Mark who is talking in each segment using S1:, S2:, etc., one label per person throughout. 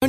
S1: 关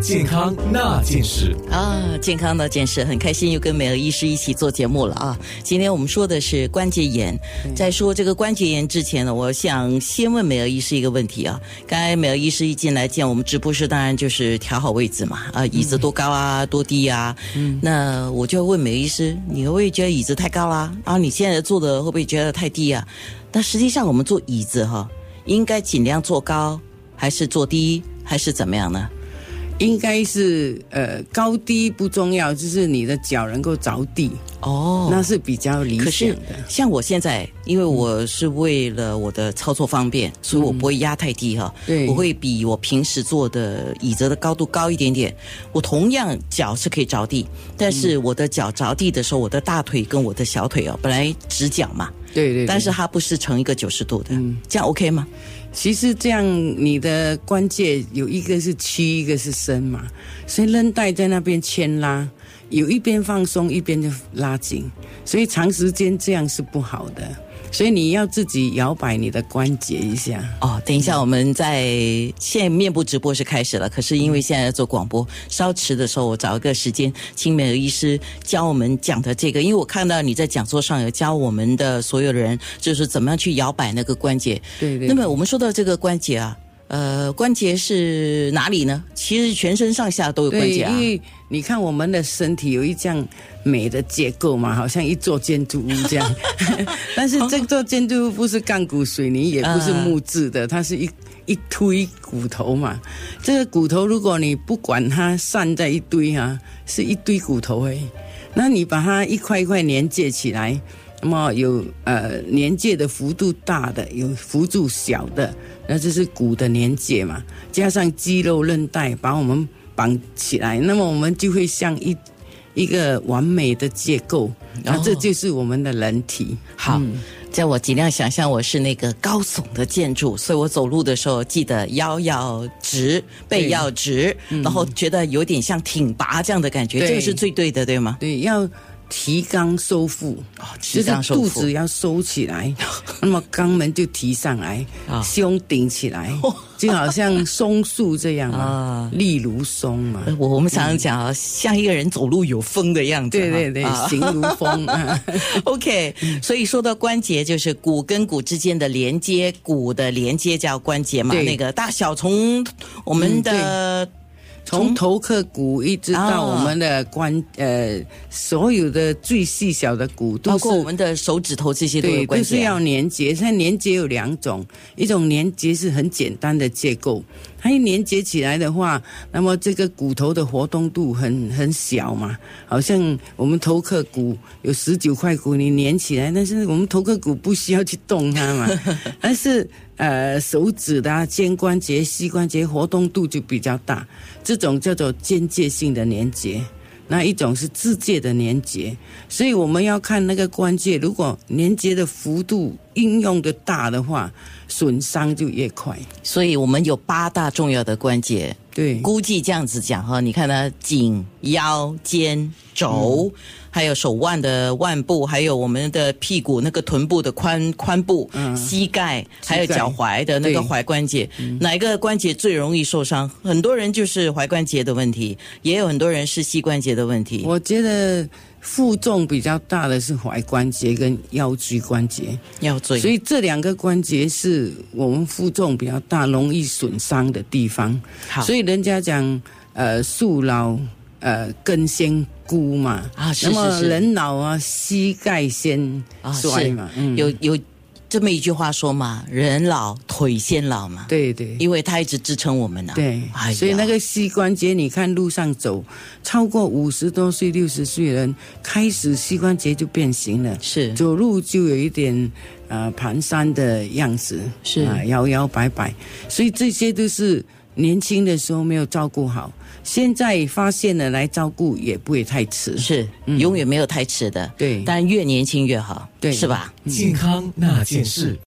S1: 健康那件事。
S2: 啊，健康那件事很开心，又跟美儿医师一起做节目了啊！今天我们说的是关节炎，在说这个关节炎之前呢，我想先问美儿医师一个问题啊。刚才美儿医师一进来见我们直播室，当然就是调好位置嘛，啊，椅子多高啊，多低啊。嗯，那我就问美儿医师，你会不会觉得椅子太高啦、啊？你现在坐的会不会觉得太低啊？但实际上我们坐椅子哈、应该尽量坐高，还是坐低，还是怎么样呢？
S3: 应该是呃高低不重要，就是你的脚能够着地，
S2: 哦
S3: 那是比较理
S2: 可
S3: 想
S2: 是
S3: 的。
S2: 像我现在，因为我是为了我的操作方便，所以我不会压太低哈、
S3: 对
S2: 我会比我平时坐的椅子的高度高一点点。我同样脚是可以着地，但是我的脚着地的时候，我的大腿跟我的小腿哦，本来直角嘛，
S3: 对对对，嗯
S2: 但是它不是成一个九十度的，这样 OK 吗？
S3: 其实这样你的关节有一个是屈，一个是伸嘛，所以韧带在那边牵拉，有一边放松，一边就拉紧，所以长时间这样是不好的。所以你要自己摇摆你的关节一下，
S2: 哦，等一下，我们在现在面部直播是开始了，可是因为现在在做广播，稍迟的时候我找一个时间，请美儿医师教我们讲的这个，因为我看到你在讲座上有教我们的所有人，就是怎么样去摇摆那个关节。
S3: 对对
S2: 那么我们说到这个关节啊，呃，关节是哪里呢？其实全身上下都有关
S3: 对，
S2: 节啊
S3: 因。为你看我们的身体有一这样美的结构嘛，好像一座建筑物这样。但是这座建筑物不是钢骨水泥，也不是木质的，它是一一堆骨头嘛。这个骨头如果你不管它散在一堆啊，是一堆骨头哎。那你把它一块一块连接起来，那么有呃连接的幅度大的，有幅度小的，那就是骨的连接嘛，加上肌肉韧带把我们绑起来，那么我们就会像一一个完美的结构，那这就是我们的人体。
S2: 好，
S3: 嗯
S2: 在我尽量想象我是那个高耸的建筑，所以我走路的时候记得腰要直，背
S3: 对嗯
S2: 要直，然后觉得有点像挺拔这样的感觉，
S3: 对
S2: 这个是最对的，对吗？
S3: 对，要提肛收腹，
S2: 提
S3: 哦就是
S2: 肛收腹
S3: 肚子要收起来， 那么肛门就提上来，
S2: 啊
S3: 胸顶起 来，就好像松树这样
S2: 啊
S3: 嘛，立如松 嘛。
S2: 呃我我们常常讲啊，像一个人走路有风的样子啊。
S3: 对对嗯对，
S2: 啊
S3: 行如风 啊。
S2: OK，所以说到关节，就是骨跟骨之间的连接，骨的连接叫关节嘛。
S3: 对嗯
S2: 那个大小从我们的、
S3: 从头刻骨一直到
S2: 啊
S3: 我们的关、呃，所有的最细小的骨都
S2: 包
S3: 是
S2: 括我们的手指头这些都有
S3: 对，
S2: 关
S3: 就是
S2: 节啊、
S3: 要连接。现在连接有两种，一种连接是很简单的结构，它一连接起来的话，那么这个骨头的活动度很很小嘛，好像我们头刻骨有十九块骨，你连起来，但是我们头刻骨不需要去动它 嘛，但是。呃，手指的、啊、肩关节、膝关节活动度就比较大，这种叫做间接性的连接。那一种是自界的连接，所以我们要看那个关节，如果连接的幅度应用的大的话，损伤就越快。
S2: 所以我们有八大重要的关节，
S3: 对，
S2: 估计这样子讲哈，你看它颈、腰、肩、肘，还有手腕的腕部，还有我们的屁股那个臀部的髋髋部、膝盖，还有
S3: 嗯膝盖
S2: 脚踝的那个
S3: 对嗯
S2: 踝关节，哪一个关节最容易受伤？很多人就是踝关节的问题，也有很多人是膝关节的问题。
S3: 我觉得负重比较大的是踝关节跟腰椎关节，
S2: 要最
S3: 所以这两个关节是我们负重比较大、容易损伤的地方。
S2: 好
S3: 所以人家讲，呃，树老，呃，根先枯嘛。
S2: 啊是
S3: 那么
S2: 是是
S3: 人老啊，膝盖先
S2: 啊
S3: 衰
S2: 是
S3: 嘛。嗯，
S2: 有有这么一句话说嘛，人老腿先老嘛，
S3: 对对。
S2: 因为它一直支撑我们呢、啊。
S3: 对，
S2: 哎呀
S3: 所以那个膝关节，你看路上走，超过五十多岁、六十岁的人，开始膝关节就变形了，
S2: 是
S3: 走路就有一点呃蹒跚的样子，
S2: 是
S3: 啊、摇摇摆摆，所以这些都是年轻的时候没有照顾好，现在发现了来照顾也不会太迟。
S2: 是，永远没有太迟的。
S3: 嗯对
S2: 但越年轻越好，
S3: 对
S2: 是吧？
S1: 健康那件事。